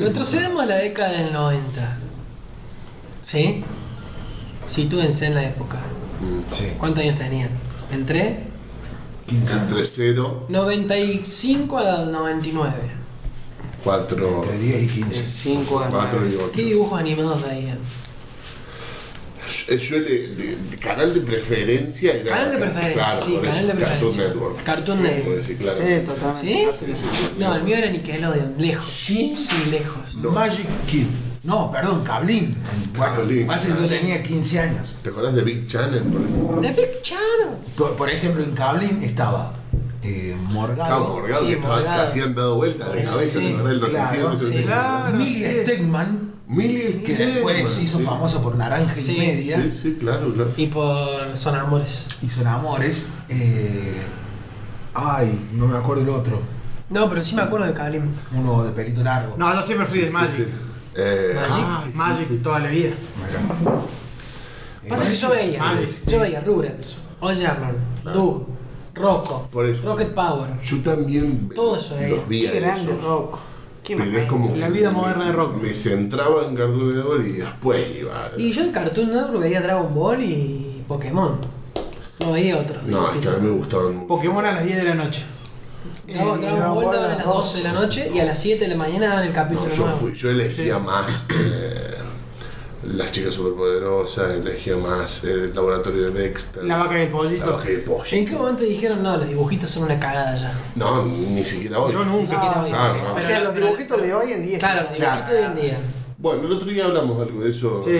Retrocedemos a la década del 90. ¿Sí? Sitúense en la época. Sí. ¿Cuántos años tenían? Entré 15 años. Entre 0, 95 al 99. 4, Entre 10 y 15. 5 4 y 8. ¿Qué dibujos animados veían? Yo, yo le- de- de- canal de preferencia era. Canal de preferencia, Claro, sí, por canal eso, de Cartoon preferencia. Network. Cartoon Sí, Network. eso, sí, claro. Sí, totalmente. Sí, sí, sí. No, el mío era Nickelodeon, lejos. ¿Sí? Sí, lejos. Magic Kid. No, perdón, Cablín. Bueno, Cablín. pasa que yo tenía 15 años. ¿Te acordás de Big Channel? por ejemplo? The Big Channel. Por, por ejemplo, en Cablín estaba eh, Estaba Morgado. morgado, Sí, que estaba morgado. casi han dado vueltas de Bueno, cabeza, sí, ¿te acordás del claro, noticiero? sí. Claro, Millie sí. Stegman, Millie que Stegman, después se hizo sí. famosa por Naranja Sí. y Media. Sí, sí, claro, claro. Y por Son Amores. y son amores. eh, ay, no me acuerdo el otro. No, pero sí me acuerdo de Kalim. Uno de pelito largo. No, yo siempre fui del Magic. Eh, Magic. ah, sí, Magic sí. toda la vida. Acá. Eh, Pasa que yo veía. Magic. Yo veía Rugrats, Oye Arnold, Du, Rocco, Por eso. Rocket Power. ah, Yo también Todo eso eh. ahí. los vi Qué a grande esos. Rocco. Qué Pero es maestro. como La vida me- moderna de rock. Me centraba en Cartoon Network y después iba. Y yo en Cartoon Network veía Dragon Ball y Pokémon. No veía otro. No, es que a mí me gustaban mucho. Pokémon a las 10 de la noche. Dragon, Eh, Dragon Ball daban a las 12 de la noche y a las 7 de la mañana daban el capítulo No, yo, nuevo. fui, yo elegía más eh, las chicas superpoderosas, elegía más eh, el laboratorio de Dexter. La vaca y el La pollito. vaca y el pollo. ¿En qué momento dijeron no, los dibujitos son una cagada ya? No, ni siquiera hoy. Yo nunca. Siquiera Ah, hoy. claro, O claro. sea, los dibujitos de hoy en día. Claro, los están- dibujitos de hoy en día. Bueno, el otro día hablamos algo de eso. Sí.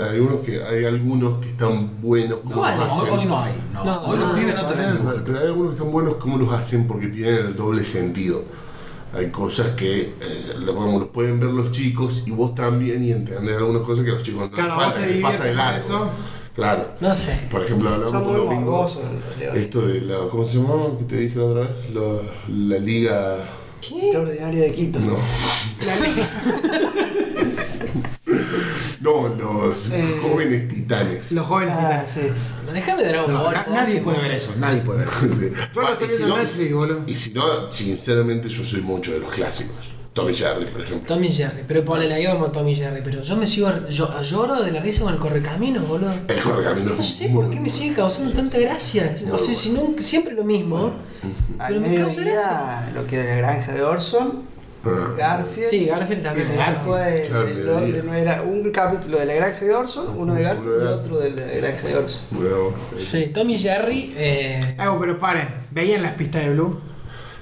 Hay, unos que, hay algunos que están buenos. como ¿Cuál? los hoy, hacen. hoy no hay. No. No, hoy los no, pibes no te dan Pero pero hay algunos que están buenos como los hacen porque tienen el doble sentido. Hay cosas que eh, lo- vamos, los pueden ver los chicos y vos también y entender algunas cosas que los chicos no les Claro, falta, vos te que les pasa de largo. diviertes con eso. Claro. No sé. Por ejemplo, Son hablamos muy con morbosos. domingo los de hoy. esto de la ¿cómo se llamaba? que te dije la otra vez, la, la liga ¿Qué? Extraordinario de Quito. no. no, los Eh, jóvenes titanes. Los jóvenes Ah, titanes. sí. Déjame Dragon No, Ball. na- ¿no? nadie Que- puede ver eso, nadie puede ver. Sí. Yo lo Y si estoy viendo en no- Netflix, boludo. Y si no, sinceramente yo soy mucho de los clásicos. Tommy Jerry, por ejemplo. Tommy Jerry, pero ponele ahí vamos a Tommy Jerry, pero yo me sigo yo lloro de la risa con el correcamino, boludo. El correcamino No sé por qué me sigue causando tanta gracia. O sea, si nunca, siempre lo mismo. Al Pero me causa gracia. mediodía, lo que era la granja de Orson, Garfield. Sí, Garfield también. El arco de- Ah. Claro, el- mediodía. Ah, donde no era un capítulo de la granja de Orson, uno de Garfield y Garfield. otro de la granja de Orson. Bueno, Sí, Tommy Jerry. Eh, Ah, pero paren, ¿veían las pistas de Blue?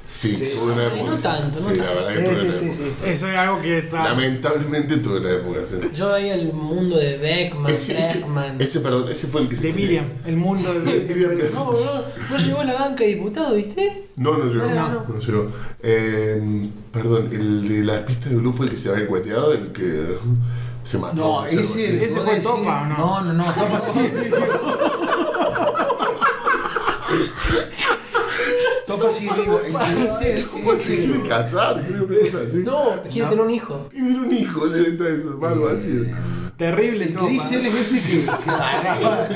sí, Sí. tuve una Sí, época. no tanto, no sí, la tanto. verdad que Sí, tuve sí, una sí, época. sí. Eso es algo que está. Lamentablemente tuve una época. sí. yo veía el mundo de Beckman, Ese, ese, Bergman. ese, perdón, ese fue el que se De Miriam, el mundo de. Miriam. No, no, no llegó a la banca de diputado, ¿viste? No, no llegó. No, No, llegó. Eh, perdón, el de la pista de Blue fue el que se había cueteado, el que se mató. No, Se- ese, ¿Ese fue Topa o no? No, no, no, Topa sí. Topa sí vivo. El que dice- ¿Cómo se quiere casar? Creo una cosa así. No, quiere tener un hijo. Tiene un hijo, le está eso, algo así. Terrible El que todo. dice él es ese que, que agarraba,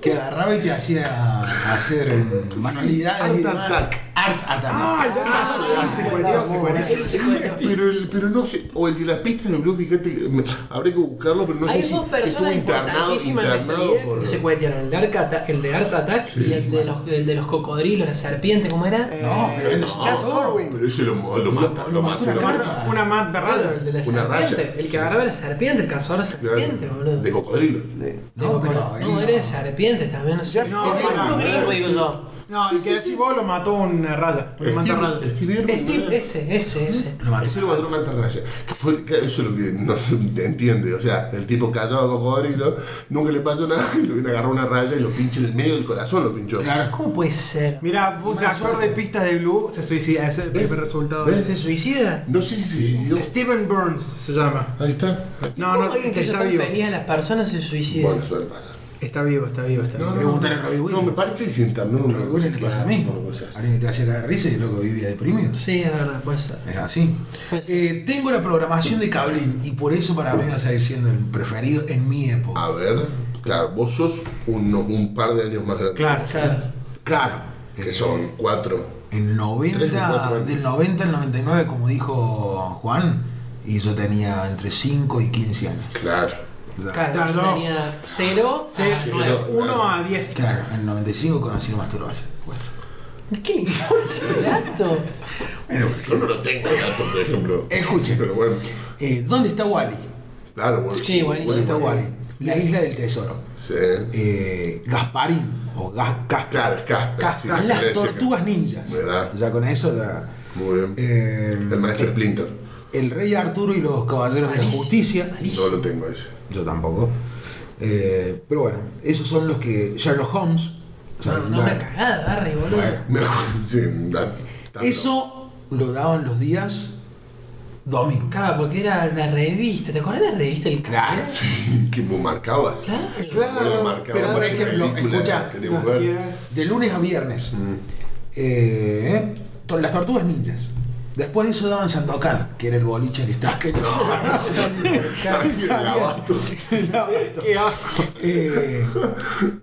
que agarraba y te hacía hacer eh, manualidades. Art y demás. Attack. Art Attack. Se cuelgó, se cuelgó. Pero, el, pero no sé, o el de las pistas de Blue, fíjate, que me- habré que buscarlo, pero no Hay sé si, dos si personas estuvo internado, importantísimas en este nuestra internado vida por... que se cuetearon, el de, Arc Attack- el de Art Attack y el de, los, el de los cocodrilos, la serpiente, ¿cómo era? No, pero él Jeff Corwin. Ah, Pero ese lo, lo, mata, lo, mató mata, lo una mata. carpa. Una más de Claro, rata. el de la Una serpiente, raya. el que agarraba la serpiente, el cazador de serpiente, boludo. De cocodrilo. No, pero él no, era de serpiente también, no sé. Jeff No, Era no, uno no, gringo, digo yo. No, el que así vos lo mató una raya. Este Una manta raya. Steve, Steve Irwin, ¿no? Steve, ese, ese, ese. Lo mató. Ese lo mató Manta Raya. Que fue, que eso es lo que no se entiende. O sea, el tipo cazaba cocodrilo, nunca le pasó nada, y lo viene agarró una raya y lo pincha en el medio del corazón, lo pinchó. Claro. ¿Cómo puede ser? Mirá, puse actor de pistas de Blue, se suicida, ese es el primer ¿Ves? resultado. ¿Ves? ¿Se suicida? No sé si se suicidó. Steven Burns se llama. Ahí está. No, ¿Cómo no, alguien que hizo está tan vivo. feliz a las personas se suicida? Bueno, suele pasar. Está vivo, está vivo, está vivo. Preguntar a Robbie No, Williams. me parece que se internó en una Robbie Williams le cosa pasa lo que hizo, mismo. o sea, Alguien que te hacía cagar risa y el loco vivía deprimido. Sí, es verdad, puede ser. Es así. Pues- Eh, tengo la programación de Cablín y por eso para mí va a seguir siendo el preferido en mi época. A ver, claro, vos sos un, un par de años más grande. Claro. Claro. Claro. Que son cuatro. El Tres o 90, cuatro ¿eh? años. del 90 al 99, como dijo Juan, y Y yo tenía entre 5 y 15 años. Claro. O sea, Ah, Claro, yo Tardó. tenía ah, 0 a Sí, Cero. 9. 1 a 10. Claro, en el 95 conocí la masturbación. Pues. ¿Qué le importa ese dato? Bueno, yo no lo tengo tanto, por ejemplo. Escuche. Pero bueno, Eh, ¿Dónde está Wally? claro, bueno. eh, Sí, buenísimo. ¿Dónde está Wally? La isla del tesoro. Sí. Eh, Gasparín o Gas Gaspar. Claro, es Casper. sí, Casper. me Las parece que- tortugas ninjas. ¿Verdad? Ya con eso ya. Muy bien. Eh, El maestro Splinter. El rey Arturo y los caballeros de la Malísimo, justicia. malísimo. No lo tengo ese. Yo tampoco. Eh, pero bueno, esos son los que Sherlock Holmes. o sea, No, no, la- una cagada, Barry, boludo. Bueno. Me acuerdo, sí, da- tanto. Eso lo daban los días domingo. Claro, porque era la revista. ¿Te acordás de la revista El Claro. Sí, que vos marcabas. Claro. Vos la marcabas Pero por en la ejemplo, película escucha, que te mujer. de lunes a viernes, eh, to- las tortugas ninjas. Después de eso daban Sandokan, que era el boliche que estaba que no. Ay, el abasto. El abasto. Eh,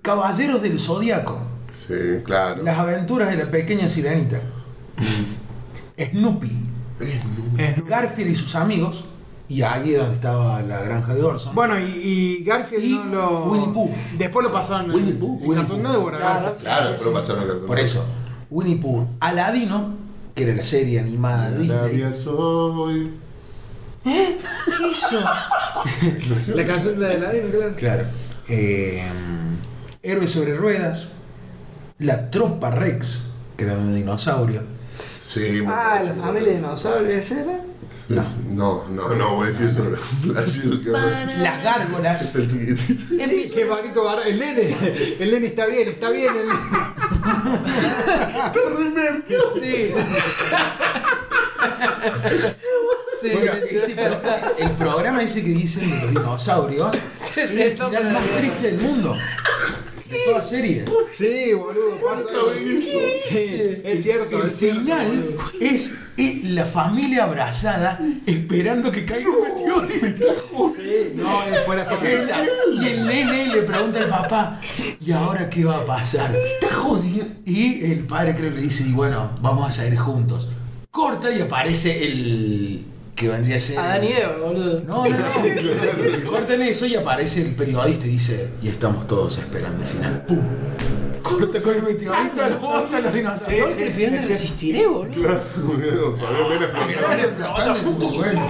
Caballeros del Zodíaco. Sí, claro. Las aventuras de la pequeña sirenita. Snoopy. Es- Garfield y sus amigos. Y ahí es donde estaba la granja de Orson. Bueno, y, y Garfield Y no lo. Winnie Pooh. Después lo pasaron. Winnie en- Pooh, en Winnie Cartoon Pooh. Network, Claro, Garfield. Claro, pero pasaron el cartón. Por eso, Winnie Pooh, Aladino, que era la serie animada de Arabia Disney. soy. ¿Qué hizo? La canción de Aladdin, claro. Claro. Eh, Héroes sobre ruedas, La Tropa Rex, que era de un dinosaurio. Sí, me Ah, parece la que familia de no. dinosaurios, ¿esa era? No, no, no, voy a decir eso. no. Flash, yo que- Las gárgolas. El chiquitito. Qué bonito bar- El nene. El nene está bien, está bien. El nene. Sí. sí, Bueno, sí, sí. ese pro- el programa ese que dicen de los dinosaurios Se es te el toma final la más mierda. triste del mundo. De toda serie. Sí, boludo. Pasa Sí, es cierto. El es cierto, final boludo. es eh, la familia abrazada esperando que caiga un meteorito. Sí, no, es fuera de joda. Esa. Y el nene le pregunta al papá, ¿y ahora qué va a pasar? Está jodido. Y el padre creo que le dice, y bueno, vamos a salir juntos. Corta y aparece el que vendría a ser... Adán y Eva, boludo. No, no, no. Cortan eso y aparece el periodista y dice, y estamos todos esperando el final. ¡Pum! Corta con el meteorito, los botan los dinosaurios. Yo prefiero no resistiré, boludo. Claro, Fabián Vélez Fabián. Muy bueno.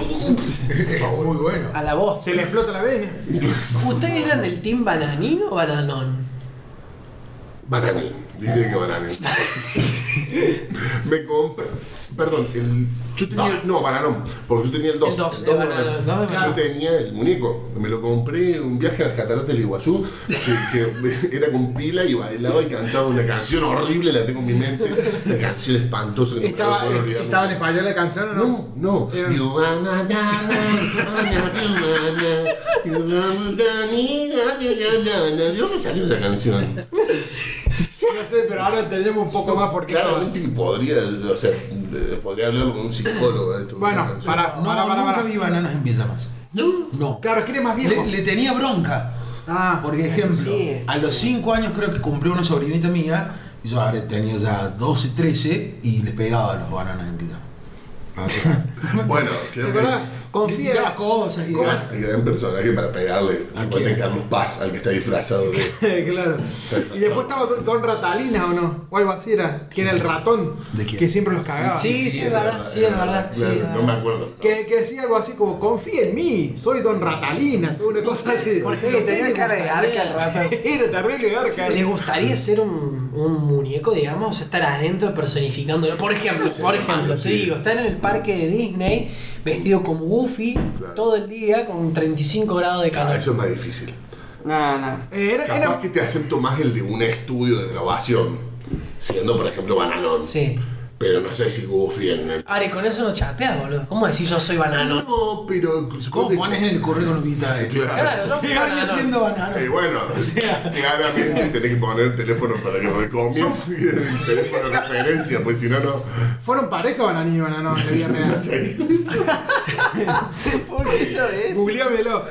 Muy bueno. A la voz. Se le explota la vena. ¿Ustedes eran del team bananín o bananón? Bananín, diré que bananín. Me compré. Perdón, el. Yo tenía. No, bananón. Porque yo tenía el 2. El dos, de el bananón, bananón. el dos de Yo bananón. tenía el muñeco. Me lo compré en un viaje a las cataratas del Iguazú. Que, que era con pila y bailaba y cantaba una canción horrible. La tengo en mi mente. Una canción espantosa que no me la Estaba, puedo olvidar. estaba en español la canción o no? No, Eh. no. Era- You wanna dana, dana, dana, you wanna dana, dana, dana. ¿De dónde salió esa canción? No sé, pero ahora entendemos un poco más por qué. Claramente que podría, o sea, de- podría hablarlo con un psicólogo de esto. Bueno, Sí. para, No, para, para, nunca para. vi bananas en pijamas. No, No. Claro, ¿quién es más viejo? Le, le tenía bronca. Ah, Por ejemplo, Sí. a los 5 años creo que cumplió una sobrinita mía. Y yo habré tenido ya 12, 13 y le pegaba los bananas en pijamas. Bueno, ¿te creo Le que acordás? tiraba Confía. cosas y demás. gran, gran personaje para pegarle. ¿A Suponete quién? Carlos Paz, al que está disfrazado de. claro. disfrazado. Y después estaba Don, Don Ratalina o no, o algo así era, que era el ratón, ¿De quién? que siempre los cagaba. Sí, sí, es verdad, sí, es verdad, sí, Claro, es no verdad. me acuerdo. Que, que decía algo así como, confía en mí, soy Don Ratalina, soy una cosa así. Por Sí, ejemplo, tenía ¿ustedes cara de les arca el gustaría- ratón. Era terrible garca. ¿Les gustaría ser un, un muñeco, digamos? O sea, Estar adentro personificándolo. Por ejemplo, por ejemplo, te digo, estar en el parque de Disney vestido como Goofy Claro. todo el día con 35 grados de calor. Ah, eso es más difícil. No, no. Eh, era, Capaz era- que te acepto más el de un estudio de grabación, siendo por ejemplo Bananón. Sí. Pero no sé si Goofy en el. Ari, con eso no chapeas, boludo. ¿Cómo decir yo soy banano? No, pero. ¿Cómo pones en el currículum vitae? Claro. Claro, yo soy Tres años banano. siendo banana. Y bueno, claramente tenés que poner el teléfono para que recomiende el teléfono de referencia, pues si no, no. fueron pareja bananí, banano, en la vida no real. sé. ¿Por qué eso es? Googleamelo.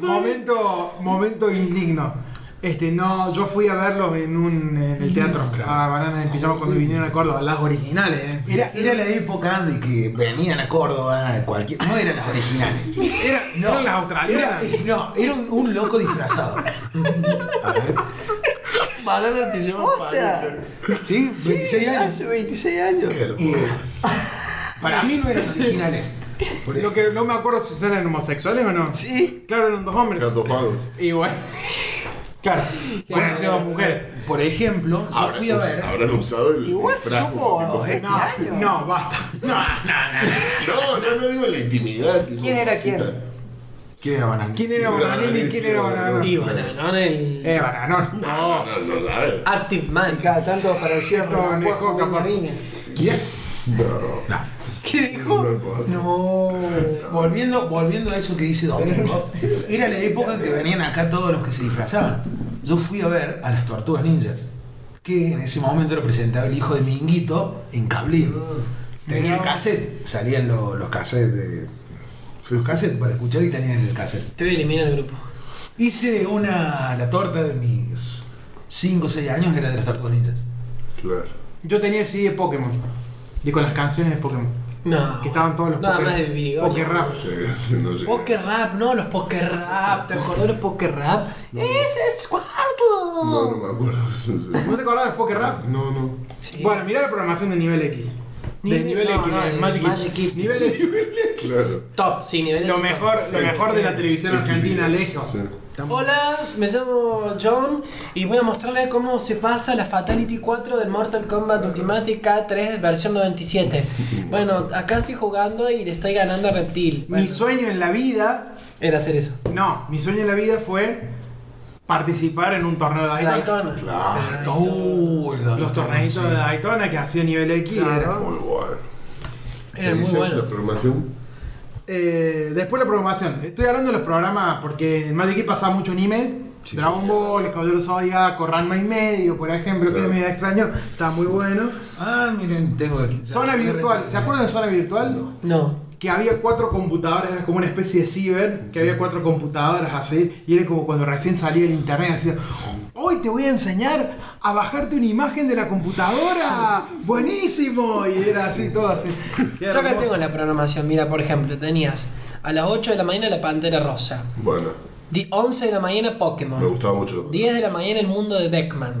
Momento, momento indigno. Este, no, yo fui a verlos en un en el teatro, Ah, a Bananas en Pijama cuando vinieron a Córdoba, las originales, eh. Era, era la época de que venían a Córdoba, cualquier, no eran las originales. Era, No, eran las australianas. Era, no, era un, un loco disfrazado. A ver. Banana te lleva ¡Posta! ¿Sí? 26 años. Hace 26 años. Y, para mí no eran originales. Por Lo que no me acuerdo si son eran homosexuales o no. Sí. Claro, eran dos hombres. Gato pagos. Y bueno. Claro. Bueno, son dos mujeres. Por ejemplo, yo fui a ver. Habrán usado el. Igual el frasco supo, tipo ¿no? fe- Este No, año. no, basta. No, no, No, no. no, no digo la intimidad. tipo, ¿Quién era cosita. quién? ¿Quién era Banana? ¿Quién era Bananini y quién era Bananón? Y Bananón el. Eh, Bananón. No. No, no sabes. Active Man. Y cada tanto aparecía Cierto, un Nejo, cuajo, una capaz. mina. ¿Quién? No. No. ¿Qué No dijo? importa. No. Volviendo, volviendo a eso que dice Domingo, era la época en que venían acá todos los que se disfrazaban. Yo fui a ver a las Tortugas Ninjas, que en ese momento lo presentaba el hijo de Minguito en Cablín. Ah. Tenía el cassette, salían lo- los cassettes de. Los cassettes para escuchar y tenían el cassette. Te voy a eliminar el grupo. Hice una. La torta de mis 5 o 6 años era de las Tortugas Ninjas. Claro. Yo tenía el CD de Pokémon. Y con las canciones de Pokémon. No. Que estaban todos los Nada Poké- más de Vidigoña. Poké Rap. No sé, no sé. Poker Rap, no, los Poker Rap. ¿Te acordás de los Poker Rap? ¡Ese es cuarto! No, no me acuerdo. No sé. ¿No te acordás de Poké Rap? No, no. Sí. Bueno, mirá la programación de nivel X. De Ni- nivel no, X, no, eh, de Magic, Magic X. X. Nivel X. Claro. Top, sí, nivel Lo de- mejor, lo mejor de la televisión argentina, lejos. Sí. Hola, me llamo John y voy a mostrarles cómo se pasa la Fatality 4 del Mortal Kombat Ultimate K3 versión 97. Bueno, acá estoy jugando y le estoy ganando a Reptil. Mi Bueno, sueño en la vida. era hacer eso. No, mi sueño en la vida fue participar en un torneo de Daytona. Daytona. No, Los torneitos de Daytona que hacía nivel X. era- Muy bueno. Era ¿Te muy dicen bueno. La formación. Eh, después la programación. Estoy hablando de los programas porque en Magic Kid pasaba mucho anime. Sí, Dragon sí. Ball, El Caballero Zodíaco, Ranma y medio, por ejemplo, Claro. que me da extraño. Está muy bueno. Ah, miren, tengo aquí. Zona virtual. ¿Se acuerdan de Zona virtual? No. Que había cuatro computadoras, era como una especie de ciber, que había cuatro computadoras así, y era como cuando recién salía el internet, hacía, hoy te voy a enseñar a bajarte una imagen de la computadora, buenísimo, y era así, todo así. Qué Yo acá hermoso. tengo la programación, mira, por ejemplo, tenías a las 8 de la mañana la Pantera Rosa, Bueno, di- 11 de la mañana me Pokémon, gustaba mucho. 10 de la mañana el mundo de Beckman,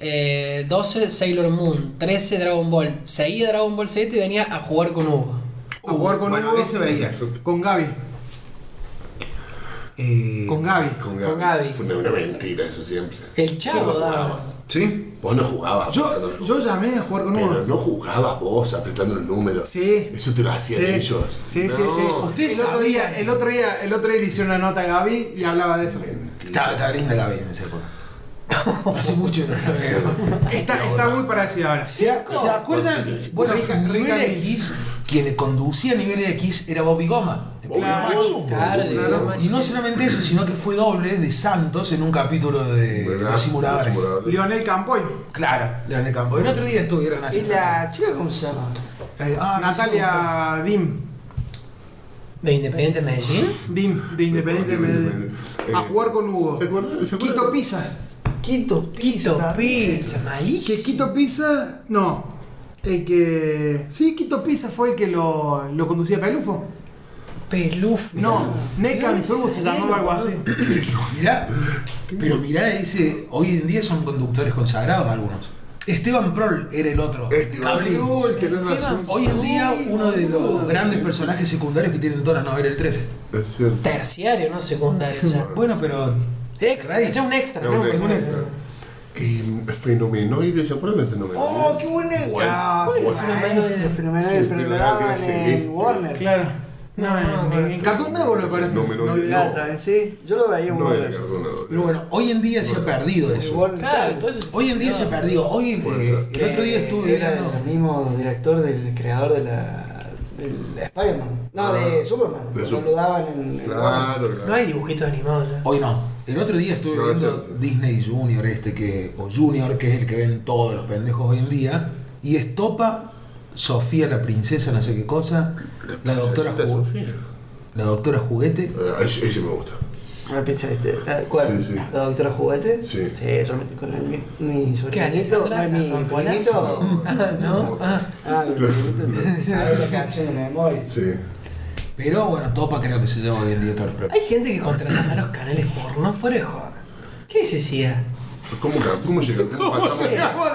eh, 12 Sailor Moon, 13 Dragon Ball, seguía Dragon Ball 7 y venía a jugar con Hugo. A jugar con bueno, Hugo. ese veía. Con Gaby, Eh, con Gaby. Con Gaby. Con Gaby. Fue una, una mentira eso siempre. El chavo Vos no daba. jugabas. ¿Sí? Vos no jugabas. apretando Yo, los yo números. llamé a jugar con Pero Hugo. no jugabas vos apretando los números. Sí. Eso te lo hacían Sí, ellos. sí, sí, No. sí. Ustedes el otro día, sabían. el otro día, el otro día le hice una nota a Gaby y hablaba de eso. Estaba, estaba linda Gaby en esa época. Hace mucho no la veo. Está, está muy parecida ahora. ¿Se, ac- se acuerdan? Bueno, Rica- Nivel Rica- X, Oh, quien conducía Nivel X era Bobby Goma. Obvio, Claro, obvio, claro, obvio. claro. Y no solamente eso, sino que fue doble de Santos en un capítulo de ¿Verdad? Los Simuladores. Simuladores. Lionel Campoy. Claro, Leonel Campo. El otro día estuvieron ¿Y así. la chica cómo se llama? Eh, ah, no sé cómo- Natalia Dim. ¿De Independiente Medellín? Dim, de Independiente Medellín. Eh, A jugar con Hugo. ¿Se acuerdan? ¿Se acuerdan? Quito Pizzas. Quito, Pizza. Quito también. Pizza, Que malísimo. Quito Pizza. No. El que. Sí, Quito Pizza fue el que lo, lo conducía a Pelufo. Peluf. No, Neca y Turbo se llamaba algo así. Mirá, pero mirá, ese, hoy en día son conductores consagrados algunos. Esteban Prol era el otro. Este Cable. Gabriel, tenés razón. Hoy en día uno de los Sí, grandes sí, personajes secundarios que tienen todas las novelas el 13. Es cierto. Terciario, no secundario. ya. Bueno, pero Extra, Raíz. es un extra, Es ¿no? un Es un extra. extra. Eh, fenomenoide, ¿se acuerdan de fenomenoide? ¡Oh, qué buena! Ah, Bueno, ¿Cuál es bueno. Fenomenal, el fenomenal, Sí, pero pero lo la daban clase en este. Warner. Claro. No, No, en- no, en, en Cartoon Network me parece. No, me lo- Novedad. Claro, también, sí. Yo lo veía en No era Warner. Cardonado. Pero bueno, hoy en día se ha perdido En eso. Warner, Claro, entonces. Hoy en día se ha perdido. Hoy, eh, el otro día estuve Era viendo- el mismo director del creador de la. del Spider-man. No, Ah. de Superman. De No Sup- lo daban en. en Warner. Claro, No claro. hay dibujitos animados ya. Hoy no. El otro día estuve No, viendo sí. Disney Junior, este que. o Junior, que es el que ven todos los pendejos hoy en día. Y estopa Sofía la princesa, no sé qué cosa. La, doctora Princesita Ju- Sofía. La doctora juguete. Eh, Ese ese me gusta. Una pizza este. ah, ¿Cuál? Sí, sí. ¿La doctora Juguete? Sí. Sí, yo me- con el, mi, mi sobrinito. Alessandra? no, Mi ¿Rompola? primito. Ah, ¿no? Ah, Ah, mi primito. Sabe la canción de memoria. Sí. Pero bueno, Topa creo que se lleva hoy en día todo el premio. hay gente que contrata a los canales porno fuera de joda. ¿Qué necesidad? ¿Cómo, cómo llegamos? ¿Cómo, pasamos?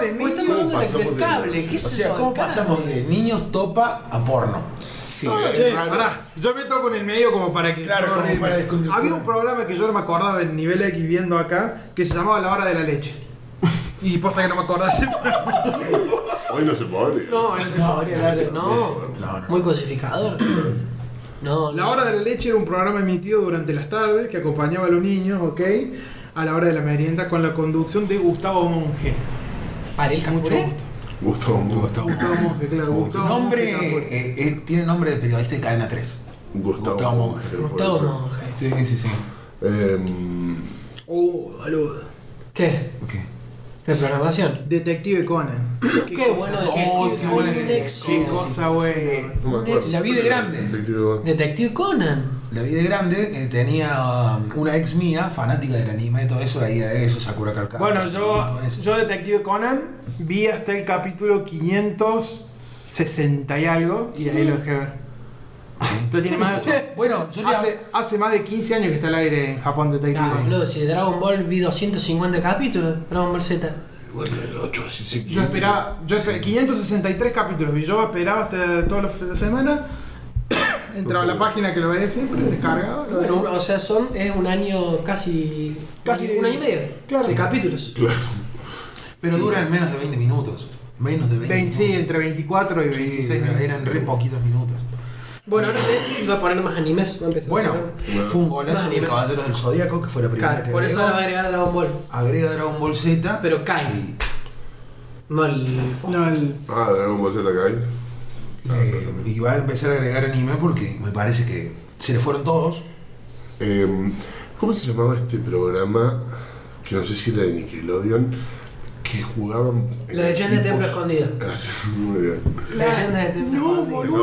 de mí? Estamos hablando del- del pasamos de- cable. ¿Qué O O es sea, eso? ¿cómo del cable? pasamos de niños Topa a porno? Sí, Ah, es che, raro. pará, yo me toco en el medio como para que. Claro, como horrible. para descontrol- Había un programa que yo no me acordaba en nivel X viendo acá que se llamaba La Hora de la Leche. Y posta que no me acordaba ese programa. Hoy no se puede. No, no se No, podría no, hablar. No, no, no. muy cosificador. No, La Hora de la Leche era un programa emitido durante las tardes que acompañaba a los niños, ¿ok? A la hora de la merienda con la conducción de Gustavo Monge. Ariel Mucho Cafuré. gusto. Gustavo Monge. Gustavo Gustavo Monge, claro. Gustavo Nombre, Monge, claro. eh, eh, tiene nombre de periodista de cadena 3. Gustavo, Gustavo Monge. Monge, por Gustavo eso. Monge. Sí, sí, sí. Em, Oh, boludo. ¿Qué? De programación. Detective Conan. Qué bueno de Oh, qué buena serie. Qué cosa buena. no me acuerdo. La vi de grande. Detective Conan. Detective Conan. La vida grande eh, tenía um, una ex mía, fanática del anime y todo eso, veía eso, Sakura Carcada. Bueno, yo, yo Detective Conan vi hasta el capítulo 560 y algo y ahí lo dejé ver. Pero tiene más de ocho- Bueno, yo le hace, hace más de 15 años que está al aire en Japón Detective Ah, Conan. boludo, si de Dragon Ball vi 250 capítulos, Dragon Ball Z. Bueno, el 8, sí, sí. Yo esperaba, yo esper- 563 capítulos vi, yo esperaba hasta todos los fines de semana. Entraba a la página que lo veía siempre, descargado. lo veía. Bueno, un- o sea, son, es un año casi. Casi- un año y medio. claro. De capítulos. Claro. Pero duran menos de 20 minutos. Menos de 20 20, sí, minutos. entre 24 y Sí, 26 eran- minutos. eran re poquitos minutos. Bueno, ahora Netflix va a poner más animes. Va a empezar Bueno, a poner- fue un golazo Más de animes. Caballeros del Zodíaco, que fue la primera Claro, que por eso ahora va a agregó. agregar Dragon Ball. Agrega Dragon Ball Z. Pero cae. y, No el. No, el- Ah, Dragon Ball Z acá. Ah, eh, y va a empezar a agregar anime porque me parece que se le fueron todos. Em, ¿Cómo se llamaba este programa? Que no sé si era de Nickelodeon. Que jugaban. en La leyenda de equipos- Templo Escondido. Ah, sí, muy bien. La leyenda de Templo No, Escondido. boludo.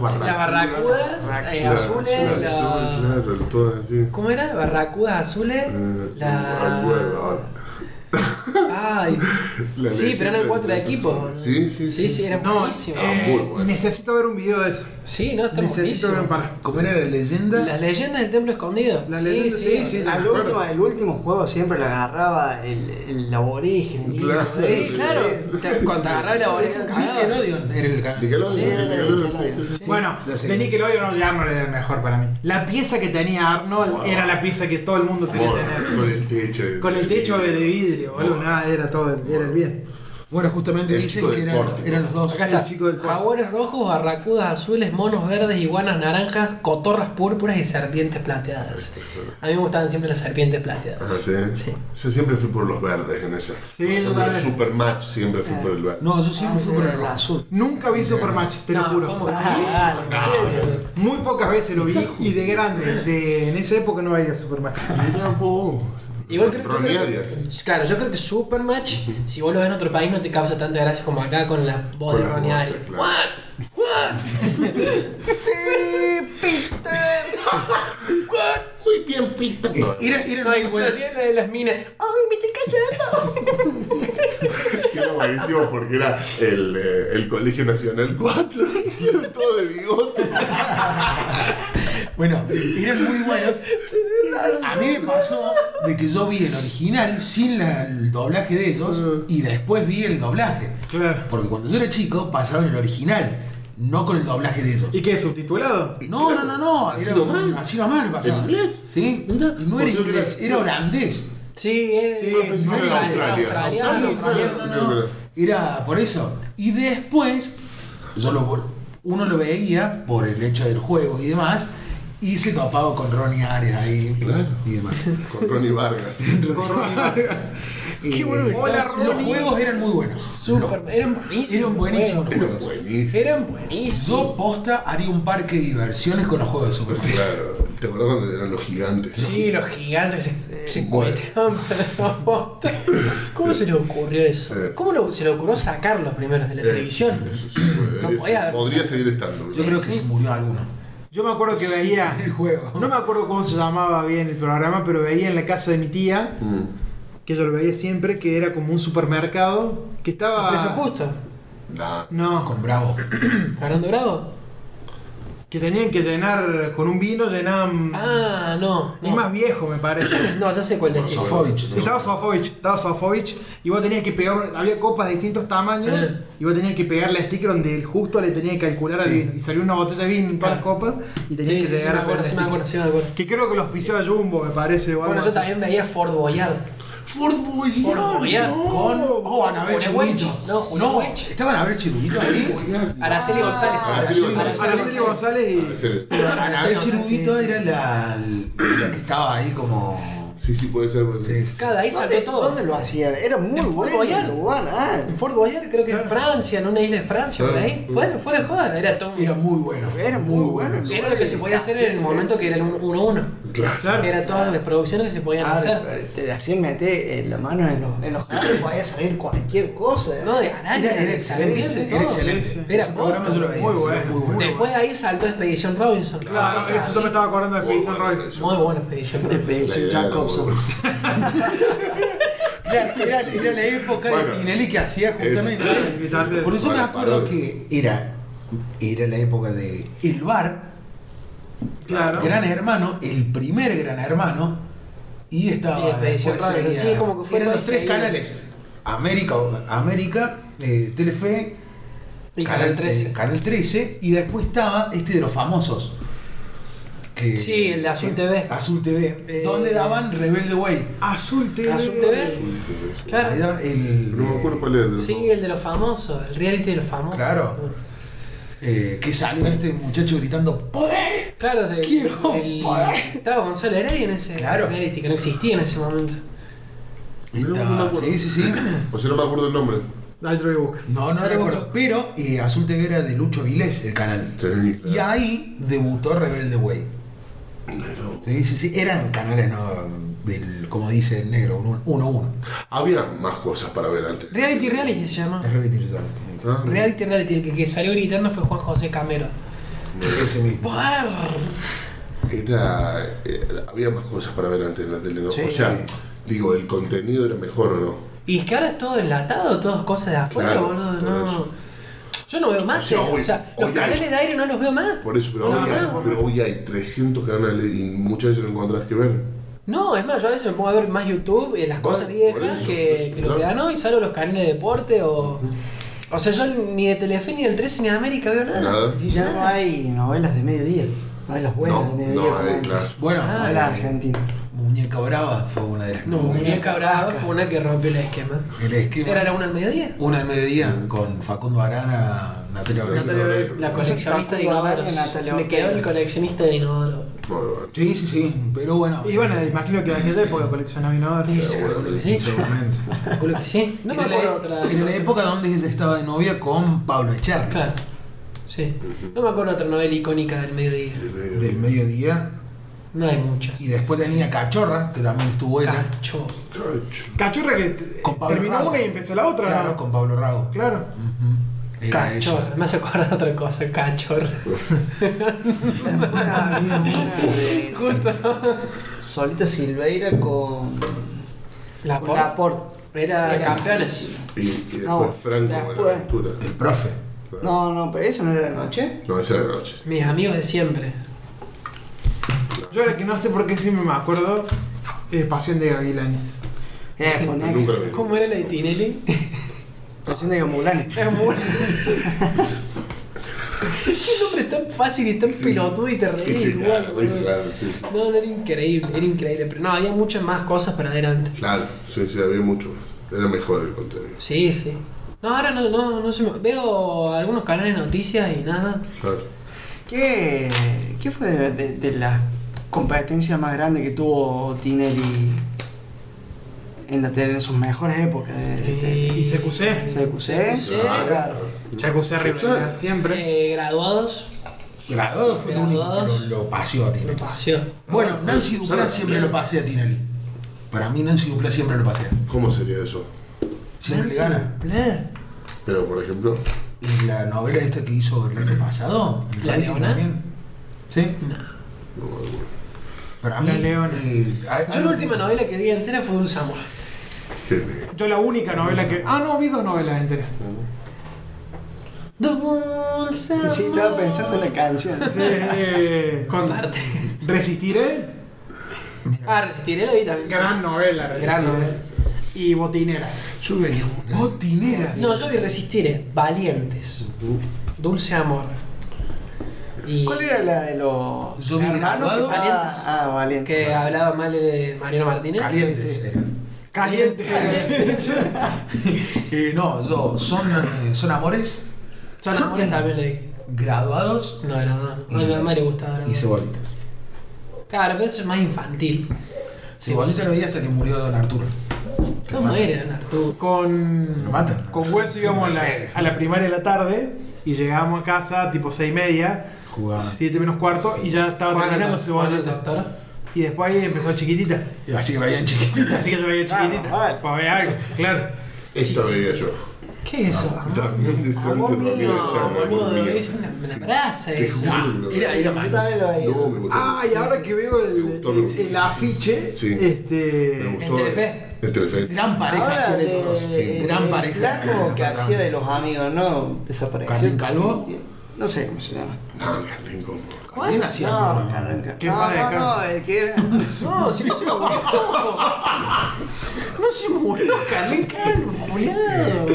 Las Las barracudas, eh, Claro, azules, azul, la- Claro, todas así. ¿Cómo era? Barracudas azules. Eh, ah, bueno, La. ahora. Ay. La Sí, pero eran leyenda cuatro de- equipos. Sí, sí, Sí, sí, eran no, buenísimos. eh, muy bueno. necesito ver un video de eso. Sí, no, están Necesito ver buenísimos. para. Como era la leyenda. Las leyendas del templo escondido. Las leyendas- sí, sí. Al me acuerdo. último, el último juego siempre lo agarraba el, el aborigen. el Claro, hijo de- Sí, claro. Te- Cuando agarraba la oreja, Sí, cagaba. Era el canal. Nickelodeon, Sí, era de Nickelodeon, sí, Nickelodeon. sí, sí. bueno, ya sé de que- Nickelodeon no, ya Arnold era el mejor para mí. La pieza que tenía Arnold era la pieza que todo el mundo tenía. que Bueno, tener. Con el techo. de- Con el techo de vidrio, boludo, nada, era todo, el- era el bien. Bueno, justamente El dicen chico que del eran, corte. eran los dos. Acá está. El chico del cuarto. Jaguares rojos, barracudas azules, monos verdes, iguanas naranjas, cotorras púrpuras y serpientes plateadas. A mí me gustaban siempre las serpientes plateadas. Ah, ¿sí? Sí. Yo siempre fui por los verdes en esa. Sí, en los el verdes. Supermatch siempre fui por el verde. No, yo Ah, siempre sí, fui por era el el rojo. azul. Nunca vi Supermatch, te lo No, juro. ¿cómo? Ah, dale, en serio. Muy pocas veces lo vi y de grande. de- en esa época no veía Supermatch. Mira vos. Igual creo que- Ronearia. Claro, yo creo que Supermatch, si vos lo ves en otro país, no te causa tanta gracia como acá con la voz Con de las Ronnie voces, Arias. claro. Muy bien, Pita. Era, era No, muy y bueno. hacía la de las minas. ¡Ay, me estoy callando! Era buenísimo porque era el, eh, el Colegio Nacional 4. Era todo de bigote. Bueno, eran muy buenos. A mí me pasó de que yo vi el original sin la- el doblaje de ellos Ah. y después vi el doblaje. Claro. Porque cuando yo era chico pasaban el original, no con el doblaje de ellos. ¿Y qué? ¿Subtitulado? No, no, no, no, Así era nomás. así nomás lo pasaban. ¿En inglés? ¿Sí? Y no Porque era yo inglés, era- era holandés. Sí, es Sí, no era Australia. australiano, No, australiano. no, no. Era por eso. Y después, yo lo, uno lo veía por el hecho del juego y demás, y se topaba con Ronnie Arias ahí Claro. y demás. Con Ronnie Vargas. Con Ronnie Arias. Qué bueno que Eh, estaba Los Ronnie. juegos eran muy buenos. Superman, eran buenísimos. Eran buenísimos los Era juegos. buenísimo. Eran buenísimos. Yo posta haría un parque de diversiones con los juegos de Superman. Claro. ¿Te acuerdas cuando eran los gigantes? Sí, los gigantes se, se Bueno. cueteaban, pero- ¿Cómo se le ocurrió eso? Sí. ¿Cómo lo- se le ocurrió sacarlos primero de la Eh, televisión? eso sí, güey. No podías haber Podría pasado. seguir estando. Yo creo que se murió alguno. Yo me acuerdo que veía. El juego. No me acuerdo cómo se llamaba bien el programa, pero veía en la casa de mi tía, Mm. que yo lo veía siempre, que era como un supermercado que estaba. Precio justo. Nah. No, Con Bravo. Fernando Bravo. que tenían que llenar con un vino, llenaban. Ah, no. Y No, más viejo, me parece. no ya sé cuál decís. Sofovich. Estaba Sofovich, estaba Sofovich, y vos tenías que pegar, había copas de distintos tamaños, Eh. y vos tenías que pegarle a sticker donde justo le tenías que calcular al Sí. vino. Y salió una botella de vino en todas Claro. las copas, y Sí, tenías sí, que sí, me llegar a acuerdo, pegar sí, el me acuerdo, sticker. sí, me acuerdo. Que creo que los piseó a Jumbo, me parece. o algo Bueno, yo así. también veía Fort Boyard. Fort Boyard. Fort Boyard. Con. Oh, Anabel Julián Chirulito. Weich. No, Julián no, Weich. ¿Estaba Anabel Chirulito ahí? Araceli González. Araceli González. Araceli González y. Sí, Pero Anabel Ah, Sí, sí, Chirulito sí. era la, la que estaba ahí como. sí, sí, puede ser. puede ser. Cada ahí ¿Dónde, saltó todo. dónde lo hacían? Era muy En Fort bueno el Boyard. lugar. Ah, En Fort Boyard, creo que en Francia, en una isla de Francia, por Claro. ahí. Bueno, fuera de joda, era todo. Era un- muy bueno. Era muy bueno. Era lo que se podía hacer en el momento que era el 1-1. Claro. Claro. Era todas las producciones que se podían Ah, hacer. te hacían meter eh, la mano en los, en los jarros, podía salir cualquier cosa. eh. No, de araña. Era, era de excelente. serpiente, Era todo. excelente. Era Ese programa yo lo veía. muy bueno, Muy bueno. muy Después de ahí saltó Expedition Robinson. Claro, Cosas eso yo me así. estaba acordando de Muy Payson bueno, Royce. Muy bueno Expedition de Robinson. La idea Benson era Jacobson. como- Era, era- era la época Bueno, de Tinelli que hacía justamente. es- Por eso me Bueno, acuerdo perdón. que era, era la época de El Bar, Claro. Gran Hermano, el primer Gran Hermano, y Y estaba Expedición después Robinson, seguía- sí, como que fue eran todo los tres seguido. canales. América, América eh, Telefe, Y Canal 13. Canal 13, y después estaba este de los famosos. que- Sí, el de Azul eh, TV. Azul TV, Eh, donde daban Rebelde Way. Azul TV. Azul TV. Ahí Claro. daban el, No me acuerdo cuál era. Sí, el de los famosos, el reality de los famosos. Claro. eh, que salió este muchacho gritando ¡Poder! Claro, el, Quiero el- poder. estaba Gonzalo Heredia en ese Claro. reality que no existía en ese momento. No, no me acuerdo. sí, sí, sí. O sea, no me acuerdo el nombre. Ahí te lo voy a buscar. No, no Ahora recuerdo. busco. Pero eh, Azul TV era de Lucho Vilés, el canal. Sí, Y claro. ahí debutó Rebelde Way. Sí, sí, sí. Eran canales, ¿no? Del, como dice el negro, 1-1. Uno, uno. Había más cosas para ver antes. Reality Reality se llama. Es Reality Reality. Ah, Reality Reality, el que, que salió gritando fue Juan José Camero. Ah. Ese mismo. ¡Poder! Era, eh, había más cosas para ver antes en la tele, ¿no? Sí, o sea, sí. digo, el contenido era mejor o no. Y es que ahora es todo enlatado, todas cosas de afuera, Claro, boludo. por eso. No. Yo no veo más. O sea, tele, hoy- o sea hoy los hay- canales de aire no los veo más. Por eso, pero, hoy, hay, pero hoy hay 300 canales y muchas veces no encontrás que ver. No, es más, yo a veces me pongo a ver más YouTube, eh, las Bueno, cosas viejas por eso, por que, eso, que lo que claro. dan hoy, salvo los canales de deporte o. O sea, yo ni de Telefe, ni del 13, ni de América veo nada. Nada. Y ya no hay novelas de mediodía. No hay las buenas No, de mediodía. no, como eh, antes. claro. Bueno, Ah, Novela argentina. Muñeca Brava fue una de las. No, novelas. Muñeca Brava fue una que rompió el esquema. El esquema. ¿Era la una al mediodía? Una al mediodía con Facundo Arana, Natalia Oreiro. Natalia Oreiro. La coleccionista de Facundo Arana, inodoros. Natalia Se me quedó Ortega. el coleccionista de inodoros. Bueno, bueno. Sí, sí, sí. Pero bueno. Y bueno, imagino que de aquella época coleccionaba inodores. Calculo que Seguramente. sí. Seguramente. Calculo que sí. No me Era la- e- acuerdo otra. Era la época donde ella estaba de novia con Pablo Echarri. Claro. Sí. No me acuerdo otra novela icónica del mediodía. Del mediodía. No hay muchas. Y después tenía Cachorra, que también estuvo ella. Cacho. Cacho. Cachorra que t- Con Pablo terminó Rago. una y empezó la otra. Claro, ¿no? con Pablo Rago. Claro. Ujú. Era Cachorra. Me hace acordar de otra cosa. Cachorra. Ah, había una de Justo. Solita Silveira con. La con la por. Port. Era Sí, campeones. Y, y después No, Franco después. Buenaventura. ella. El profe. No, no, pero eso no era la noche. No, esa era la noche. Mis amigos de siempre. Yo la que no sé por qué siempre me acuerdo es Pasión de Gavilanes. Eh, fue un Nunca éxito. la vi. ¿Cómo era la de Tinelli? Pasión de Gamulanes. Es muy. Qué nombre tan fácil y tan pelotudo y te Y reís te- igual, Este, claro, pues, boludo. claro, sí, sí. No, no, era increíble, era increíble. Pero no, había muchas más cosas para ver antes. Claro, sí, sí, había mucho. más. Era mejor el contenido. Sí, sí. No, ahora no, no, no se me... Veo algunos canales de noticias y nada. Claro. ¿Qué, qué fue de, de- de la competencia más grande que tuvo Tinelli en, la tele, en sus mejores épocas? De, de- ¿Y CQC? CQC, Sí. Ah, claro. Chacucé Susana. Rivera, siempre. Eh, graduados. Graduado fue el único que lo, Graduados. lo paseó a Me Tinelli. paseó. Bueno, Nancy Sí, Duplá sí. siempre lo pasea a Tinelli. Para mí Nancy Duplá siempre lo pasea. ¿Cómo sería eso? Siempre le gana. Pero, por ejemplo, Y la novela esta que hizo el año pasado, el ¿La rating Leona? también. Sí. No, bueno. Pero a mí. La Leona. eh, hay- Yo hay- la última novela que vi entera fue Dulce Amor. Qué lindo. Yo la única novela que. Ah, no, vi dos novelas enteras. Dulce Amor. Sí, estaba pensando en la canción. Eh, Con Con Darte. Resistiré, Ah, resistiré la vida. gran novela. Gran Resistiré. novela. Y Botineras. Yo veía una. Botineras. No, yo vi resistiré. Valientes. Dulce Amor. Y ¿Cuál era la de los Yo vi grabado. que- Valientes. Ah, ah, valientes. que hablaba mal de Mariano Martínez. Calientes. Sí, sí. era. Caliente. Eh, no, yo. Son, eh, son amores, Son amores también le vi. graduados No, era no. no, A mi mamá le gustaba. era y no. cebolitas. Claro, pero eso es más infantil. Cebolitas lo veía hasta que murió Don Arturo. ¿Cómo era, Don Arturo? Con. Lo matan. Con hueso íbamos a la, a la primaria de la tarde y llegábamos a casa tipo seis y media, Jugaba. 7 menos cuarto y ya estaba Juan el terminando doc- Juan el cebolleta. doctor. Y después ahí empezó chiquitita. Y Eh, así que veían chiquititas. Así que yo veía chiquitita. Vamos, vale. Para ver algo, claro. Esta veía yo. ¿Qué es eso? También de Santo Amor Domingo. mío, ya, No, amor boludo, mío. es una, Sí, una brasa te eso. juro que lo- Ah, Era, era Yo mal. también lo veía. No, me gustó. y ahora que veo Me gustó, me gustó, sí, sí. afiche, Sí. me este. gustó. En Telefe. En Telefe. Gran pareja Ahora, hacían de- ellos dos. de- Gran el pareja. flaco que hacía de los amigos, ¿no? ¿Carmen Desapareció. Calvo? No sé cómo se llama. No, Carlín, cómo. También hacía No, de- Carmen Calvo. Qué no, padre, no, Carmen. no, el que era. No, si no se murió. No se murió, Carlín Calvo, culiado.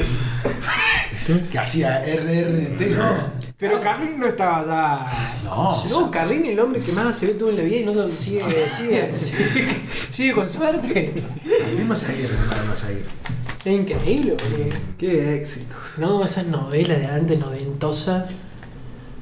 Que hacía RRT, ¿no? Pero Carlin no estaba ya. No. No, Carlín es el hombre que más se ve todo en la vida y no sigue, sigue, sigue, sigue con suerte. También vas a ir, hermano, vas a ir. Es increíble, boludo. Qué éxito. No, esas novelas de antes noventosas.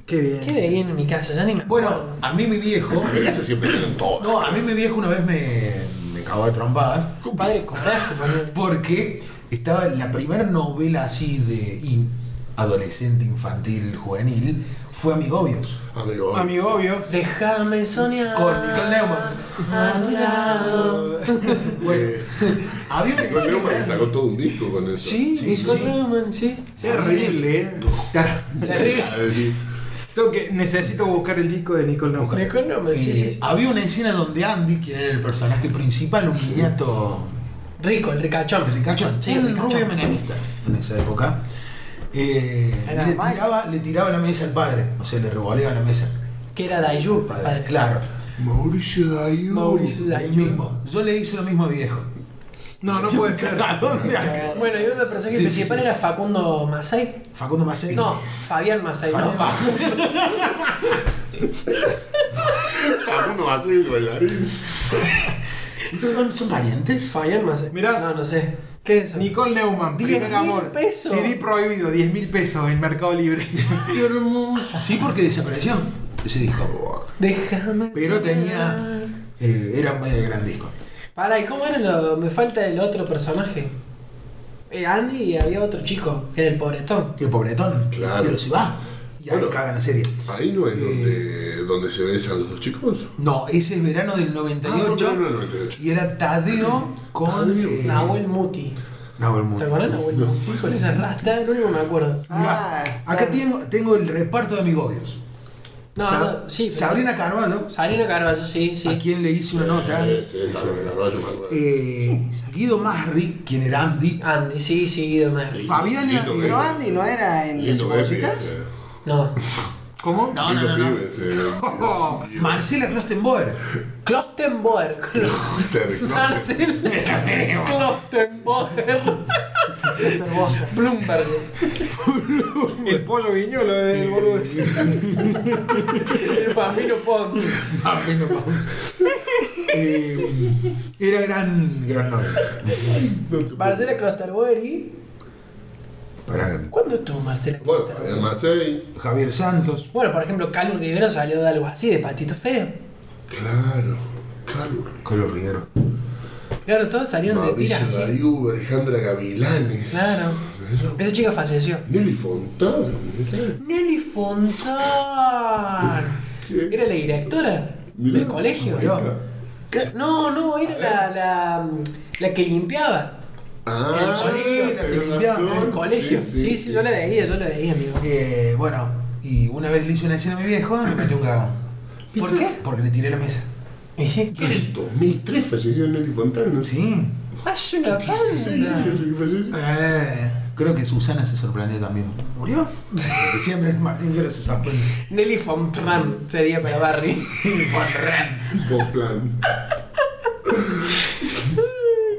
Qué bien. ¿Qué veía en mi casa? Ya ni me acuerdo. Bueno, a mí mi viejo. En mi casa siempre eran todos. No, a mí mi viejo una vez me, me cagó de trompadas. Compadre, coraje, boludo. Porque estaba la primera novela así de in- adolescente, infantil, juvenil, fue Amigobios. Amigo. Amigo obvio. Déjame soñar. Con Nicole Neumann. A tu lado. Eh, Había una Nicole Neumann le sacó todo un disco con eso. Sí, Sí, sí, Nicole sí. Neumann, sí. Terrible, eh. Terrible. Ay, Tengo que, necesito buscar el disco de Nicole Neumann. Nicole Neumann, sí, sí. Eh, sí. había una escena donde Andy, quien era el personaje principal, un niñato Rico, el ricachón. Mm, ricachón, Sí, un ricachón. rubio menemista en esa época, eh, Era le, Mike. tiraba, le tiraba la mesa al padre, o sea, le revoleaba la mesa Que era Dayu, al padre, padre. claro. Mauricio Dayu. Mauricio El Dayu. mismo. Yo le hice lo mismo a mi viejo. No, no puede ser. ¿A dónde? acá? Bueno, y uno de los personajes Sí, sí, principales sí. era Facundo Masay. Facundo Macei. No, Fabián Masay. Facundo no. Macei. Facundo va a ser el bailarín. ¿Son, son parientes? Fabián Masay. Mirá. No, no sé. ¿Qué es eso? Nicole Neumann, Diez primer mil amor. pesos. CD prohibido, 10 mil pesos en Mercado Libre. Sí, porque desapareció ese disco. Déjame. Pero tenía. soñar. eh, era un medio gran disco. Pará, ¿y cómo era lo.? Me falta el otro personaje. Eh, Andy y había otro chico, que era el pobretón. El pobretón. Claro. Pero se va. Y ahí Bueno. cagan la serie. Ahí no es donde, donde se besan los dos chicos. No, ese es verano del Ah, fue 98. en verano del 98. Y era Tadeo Ah, con. Tadeo. eh, Nahuel Muti. Nahuel ¿Te Muti. acuerdas, Nahuel Muti? Con esa rasta, lo único que me acuerdo. Mirá, Ah, acá tengo, tengo el reparto de amigobios. Ah, No, Sa- no, sí. pero- Sabrina Carvalho, Sabrina Carballo, sí, a sí. quien le hice una nota. Eh, sí, está en el arroyo, me acuerdo. Eh, Guido Masri, quien era Andy. Andy, sí, sí, Guido Merri. Fabiana. Guido Pero eh, Andy no era en las Lindo Pepe. cebollitas. No. ¿Cómo? No, no, no, Lindo no. pibe ese. Oh, Marcela Klostenboer. Klostenboer. Kloster, Kloster. Marcel. Klostenboer. Bloomberg. el pollo viñolo es el boludo. El Bambino Pons. Ah, Bambino Pons. Eh, era gran, gran novela. Marcela Klosterboer y. Para ¿Cuándo estuvo Marcela Bueno, eh. Klosterboer? Fabián Macei. Javier Santos. Bueno, por ejemplo, Carlos Rivero salió de algo así, de patito feo. Claro. Calvo. Colo Rivero. Claro, todos salieron de tiras Mauricio así. Dayu, Alejandra Gavilanes. Claro. Esa chica falleció. Nelly Fontana. mirá. Nelly Fontán. ¿Qué? Era la directora Mirá. del colegio. Mirá. ¿Qué? No, no, era la, la, la que limpiaba Ah, El colegio, tenés que limpiaba razón. el colegio. Sí, sí, yo la veía, yo la veía, amigo. Eh, bueno, y una vez le hice una escena a mi viejo, me metió un cagón. ¿Por qué? Porque le tiré la mesa. ¿Y sí? En el 2003 falleció Nelly Fontana. Sí. Hace una banda. Falleció. Ah. Eh. Creo que Susana se sorprendió también. ¿Murió? En diciembre Martín Fierro se sorprendió. Nelly Fontran sería para Barry. Vos plan.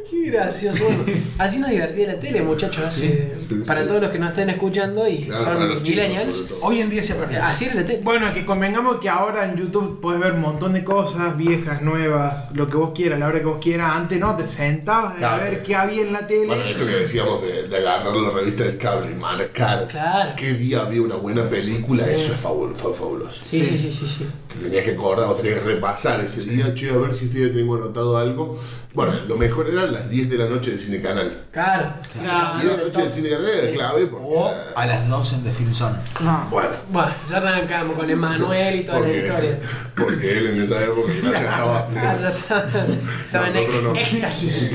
Qué gracioso. Bueno, así nos divertía la tele, muchachos. hace- Sí, sí, para sí. todos los que nos estén escuchando y Claro, Ah, para son los chicos, millennials, sobre todo. Hoy en día se ha perdido. así era la tele. Bueno, que convengamos que ahora en YouTube podés ver un montón de cosas, viejas, nuevas, lo que vos quieras, la hora que vos quieras. Antes no, te sentabas a Claro. ver qué había en la tele. Bueno, esto que decíamos de, de agarrar la revista del cable y marcar Claro. qué día había una buena película, eso es fabul- fue fabuloso. Sí, sí, sí, sí, sí. Te tenías que acordar o tenías que repasar ese día, che, a ver si estoy tengo anotado algo. Bueno, lo mejor eran las 10 de la noche del Cine Canal. Claro. Ah, 10 de la noche del Cine Canal era clave porque. Oh. O a las 12 en The Film Zone. No. Bueno. Bueno, ya arrancamos con Emanuel y toda la Porque, historia. porque él en esa época ya estaba. Ah, ya está. Estaba en Nosotros no. éxtasis.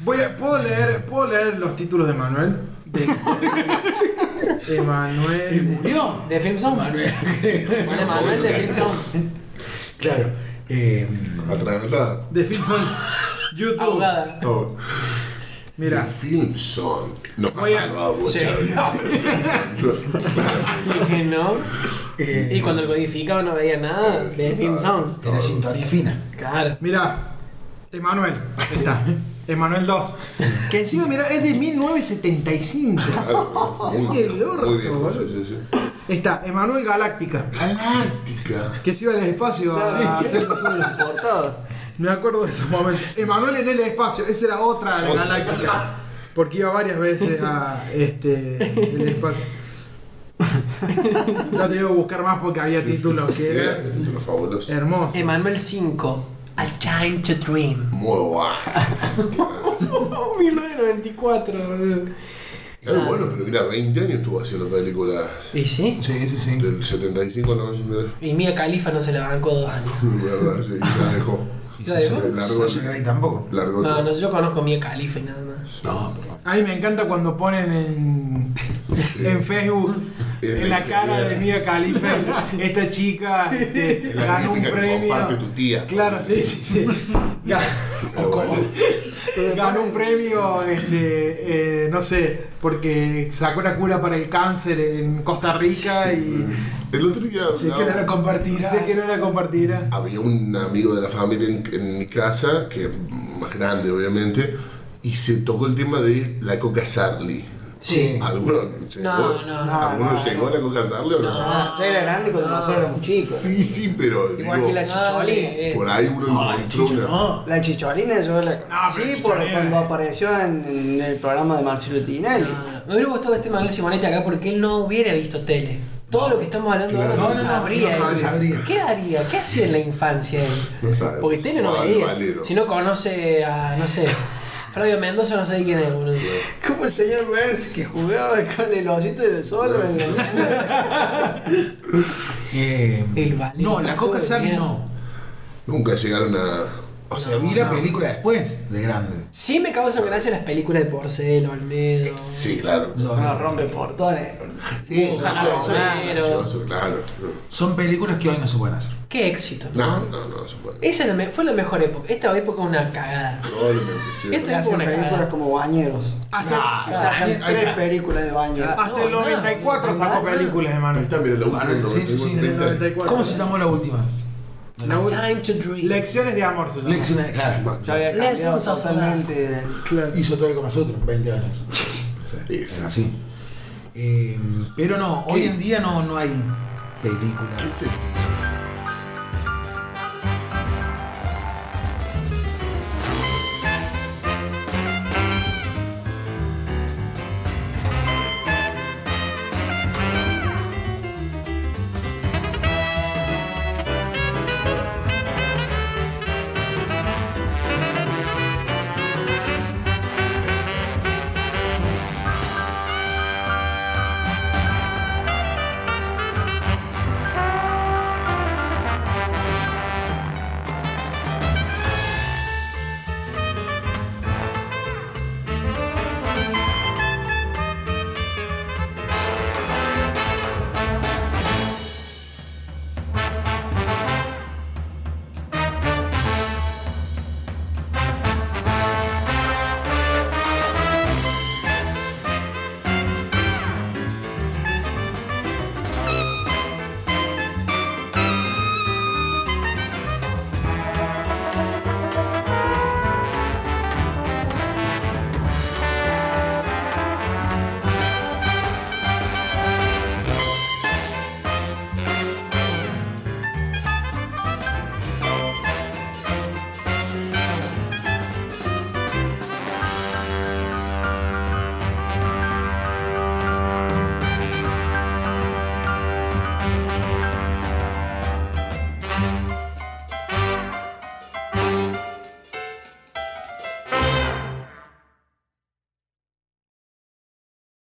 Voy a- ¿puedo, leer, ¿Puedo leer los títulos de Manuel? De, de ¿Y Manuel. murió? ¿De Film Zone? Manuel. Bueno, Emanuel de Film Zone. Claro. Eh, Atragantada. De Filmson. YouTube. Abogada. No. Mira. El film son. No me ha Voy a- salvado, Sí. Chávez. Dije, ¿no? eh, Y cuando el codificado no veía nada de Film Zone. Era sintonía fina. Claro. Mira, Emanuel, ahí está. Emanuel 2. Que encima, mira, es de 1975. Claro, Es muy, que el orto, muy viejo, boludo. sí, sí, sí. Está, Emanuel Galáctica. Galáctica. Que se iba al espacio a Ah, hacer lo suyo. Portado. Me acuerdo de esos momentos. Emanuel en el espacio, esa era otra de Otra. Galáctica. Porque iba varias veces a este el espacio. Ya te iba a buscar más porque había títulos que Sí, eran era un título fabuloso. hermosos. Emanuel 5. A Time to Dream. Muy guay. Oh, 1994. boludo. Claro, bueno, pero mira, 20 años estuvo haciendo películas ¿Y sí? Sí, sí, sí. del 75 al 90. Y Mia Califa no se la bancó dos años. Verdad, sí, y se la dejó. Y ¿La Sasha dejó? Grey- Largo. Sasha Grey tampoco. Largo. No, no, yo conozco a Mia Califa y nada más. No, por favor. A mí me encanta cuando ponen en, en Facebook en la cara de Mia Khalifa esta chica este, Es la ganó un típica que premio. comparte tu tía. Claro, sí, sí, sí. Ga- Pero bueno, Ganó un premio, este, eh, no sé, porque sacó una cura para el cáncer en Costa Rica y El otro día Sé que no hablaba- lo compartirás. sé que no la compartirá. había un amigo de la familia en, en mi casa, que más grande obviamente, y se tocó el tema de la coca Sarli. Sí. ¿Alguno llegó, No, no, no. ¿alguno no, Ah, llegó a la coca Sarli o no? Ya era grande cuando nosotros éramos chicos. Sí, sí, pero Ah. Igual digo, que la No, chicholina. sí, eh. por ahí uno No, el encontró chicho una... no. La chicholina yo la No, pero conocí por chicholina. cuando apareció en, en el programa de Marcelo Tinelli. Me hubiera gustado este Manuel Simonetti acá porque él no hubiera visto tele. Todo lo que estamos hablando Claro. ahora no, No, no, no, sabría. eh. no él. sabría. ¿Qué haría? ¿Qué hacía en la infancia él? No sabemos. Porque tele no Vale, veía. valero. Si no conoce a, no sé, Flavio Mendoza, no sé quién es, boludo. Como el señor Burns que jugaba con el osito del sol en la Eh, El valero no, la tampoco Coca de Sarli mierda. no. Nunca llegaron a... O sea, vi la película después de grande. Sí me causan gracia las películas de Porcel, Olmedo. Sí, claro. Yo- Ah, rompe portones. Sí, Susana no, eso- Romero. eso- eso, claro. Son películas que hoy no se pueden hacer. Qué éxito, No, ¿no? no, no, no se puede. Esa es la me- fue la mejor época. Esta época es una cagada. Probablemente sí. Esta Que hacen época es una películas cagada. como bañeros. Hasta, Nah, Sacan ahí tres está. películas de bañeros. hasta no, el 94 no, sacó no. películas, Ah, Ahí hermano. está, mira, la última, Bueno, sí, sí, sí, en el 94. ¿Cómo se llamó la última? La u- Time to dream. Lecciones de amor se llama. Lecciones de Clara. Ya había cambiado Lessons of totalmente. Hizo todo el Kama Sutra en 20 años. Es Esa. así. Eh, pero no, hoy en día no, no hay películas. ¿Qué sentido?